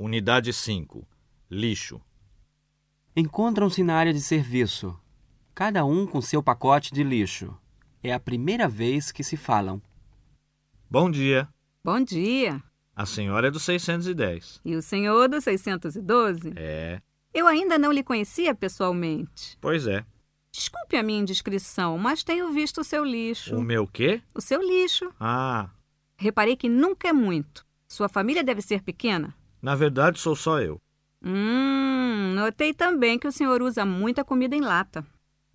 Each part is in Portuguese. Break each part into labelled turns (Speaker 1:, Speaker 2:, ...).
Speaker 1: Unidade 5 Lixo.
Speaker 2: Encontram-se na área de serviço, cada um com seu pacote de lixo. É a primeira vez que se falam.
Speaker 1: Bom dia.
Speaker 3: Bom dia!
Speaker 1: A senhora é do 610.
Speaker 3: E o senhor do 612?
Speaker 1: É,
Speaker 3: Eu ainda não lhe conhecia pessoalmente.
Speaker 1: pois é.
Speaker 3: Desculpe a minha indiscrição, mas tenho visto o seu lixo.
Speaker 1: O meu quê?
Speaker 3: O seu lixo.
Speaker 1: Ah,
Speaker 3: Reparei que nunca é muito. Sua família deve ser pequena?
Speaker 1: na verdade sou só eu.
Speaker 3: Hum, notei também que o senhor usa muita comida em lata.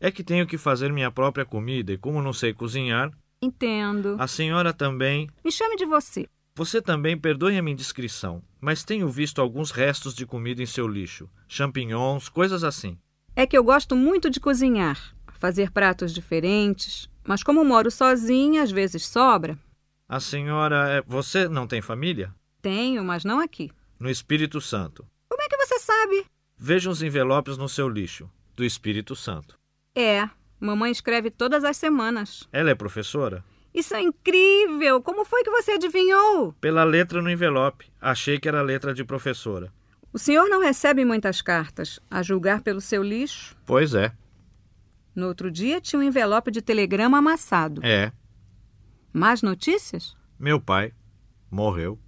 Speaker 1: É que tenho que fazer minha própria comida e como não sei cozinhar,
Speaker 3: Entendo.
Speaker 1: a senhora também.
Speaker 3: Me chame de você.
Speaker 1: Você também perdoe a minha indiscrição, mas tenho visto alguns restos de comida em seu lixo, champignons, coisas assim.
Speaker 3: É que eu gosto muito de cozinhar, fazer pratos diferentes, mas como moro sozinha, às vezes sobra.
Speaker 1: A senhora é... Você não tem família?
Speaker 3: Tenho, mas não aqui.
Speaker 1: No Espírito Santo.
Speaker 3: Como é que você sabe?
Speaker 1: Veja os envelopes no seu lixo, do Espírito Santo.
Speaker 3: É, mamãe escreve todas as semanas.
Speaker 1: Ela é professora?
Speaker 3: Isso é incrível! Como foi que você adivinhou?
Speaker 1: Pela letra no envelope. Achei que era letra de professora.
Speaker 3: O senhor não recebe muitas cartas, a julgar pelo seu lixo.
Speaker 1: Pois é.
Speaker 3: No outro dia tinha um envelope de telegrama amassado.
Speaker 1: É.
Speaker 3: Mais notícias?
Speaker 1: Meu pai morreu.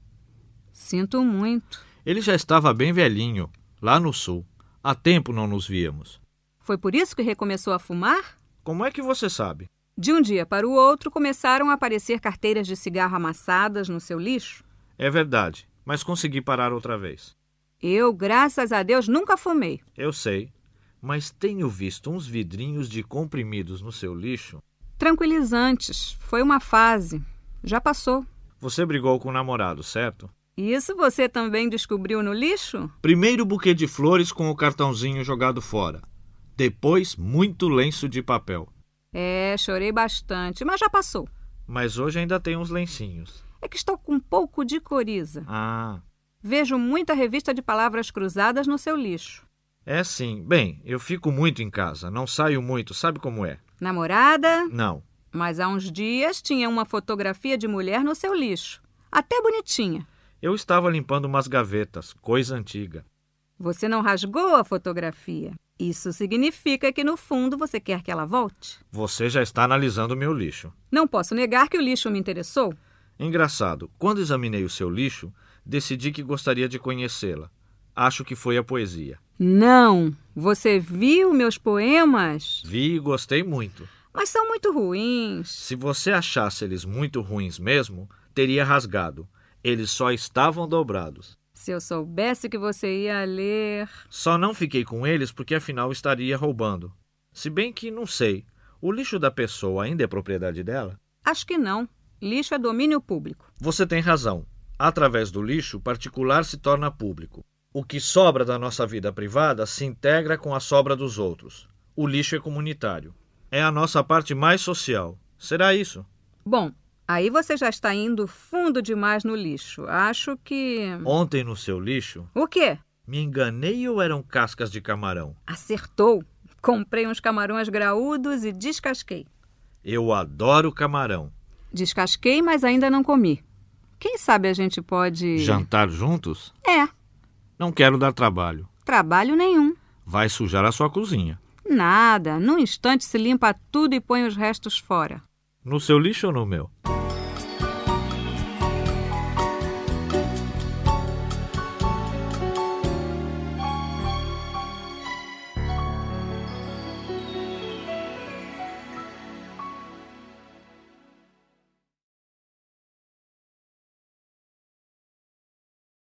Speaker 3: Sinto muito.
Speaker 1: Ele já estava bem velhinho, lá no sul. Há tempo não nos víamos.
Speaker 3: Foi por isso que recomeçou a fumar?
Speaker 1: Como é que você sabe?
Speaker 3: De um dia para o outro começaram a aparecer carteiras de cigarro amassadas no seu lixo.
Speaker 1: É verdade, mas consegui parar outra vez.
Speaker 3: Eu, graças a Deus, nunca fumei.
Speaker 1: Eu sei, mas tenho visto uns vidrinhos de comprimidos no seu lixo.
Speaker 3: Tranquilizantes. Foi uma fase. Já passou.
Speaker 1: Você brigou com o namorado, certo?
Speaker 3: Isso você também descobriu no lixo?
Speaker 1: Primeiro buquê de flores com o cartãozinho jogado fora. Depois, muito lenço de papel.
Speaker 3: É, chorei bastante, mas já passou.
Speaker 1: Mas hoje ainda tem uns lencinhos.
Speaker 3: É que estou com um pouco de coriza.
Speaker 1: Ah,
Speaker 3: Vejo muita revista de palavras cruzadas no seu lixo.
Speaker 1: é sim. Bem, eu fico muito em casa, não saio muito, sabe como é?
Speaker 3: Namorada,
Speaker 1: Não.
Speaker 3: mas há uns dias tinha uma fotografia de mulher no seu lixo. Até bonitinha.
Speaker 1: Eu estava limpando umas gavetas, coisa antiga.
Speaker 3: Você não rasgou a fotografia. Isso significa que, no fundo, você quer que ela volte.
Speaker 1: Você já está analisando meu lixo.
Speaker 3: Não posso negar que o lixo me interessou.
Speaker 1: Engraçado, quando examinei o seu lixo, decidi que gostaria de conhecê-la. Acho que foi a poesia.
Speaker 3: Não! Você viu meus poemas?
Speaker 1: Vi e gostei muito.
Speaker 3: Mas são muito ruins.
Speaker 1: Se você achasse eles muito ruins mesmo, teria rasgado. Eles só estavam dobrados.
Speaker 3: Se eu soubesse que você ia ler.
Speaker 1: Só não fiquei com eles porque afinal estaria roubando. Se bem que não sei. O lixo da pessoa ainda é propriedade dela?
Speaker 3: Acho que não. Lixo é domínio público.
Speaker 1: Você tem razão. Através do lixo, particular se torna público. O que sobra da nossa vida privada se integra com a sobra dos outros. O lixo é comunitário. É a nossa parte mais social. Será isso?
Speaker 3: Bom, aí você já está indo fundo demais no lixo. Acho que.
Speaker 1: Ontem no seu lixo,
Speaker 3: O quê?
Speaker 1: me enganei ou eram cascas de camarão?
Speaker 3: Acertou. Comprei uns camarões graúdos e descasquei.
Speaker 1: Eu adoro camarão.
Speaker 3: Descasquei, mas ainda não comi. Quem sabe a gente pode.
Speaker 1: Jantar juntos?
Speaker 3: É,
Speaker 1: Não quero dar trabalho.
Speaker 3: trabalho nenhum.
Speaker 1: Vai sujar a sua cozinha.
Speaker 3: Nada. Num instante se limpa tudo e põe os restos fora.
Speaker 1: No seu lixo ou no meu?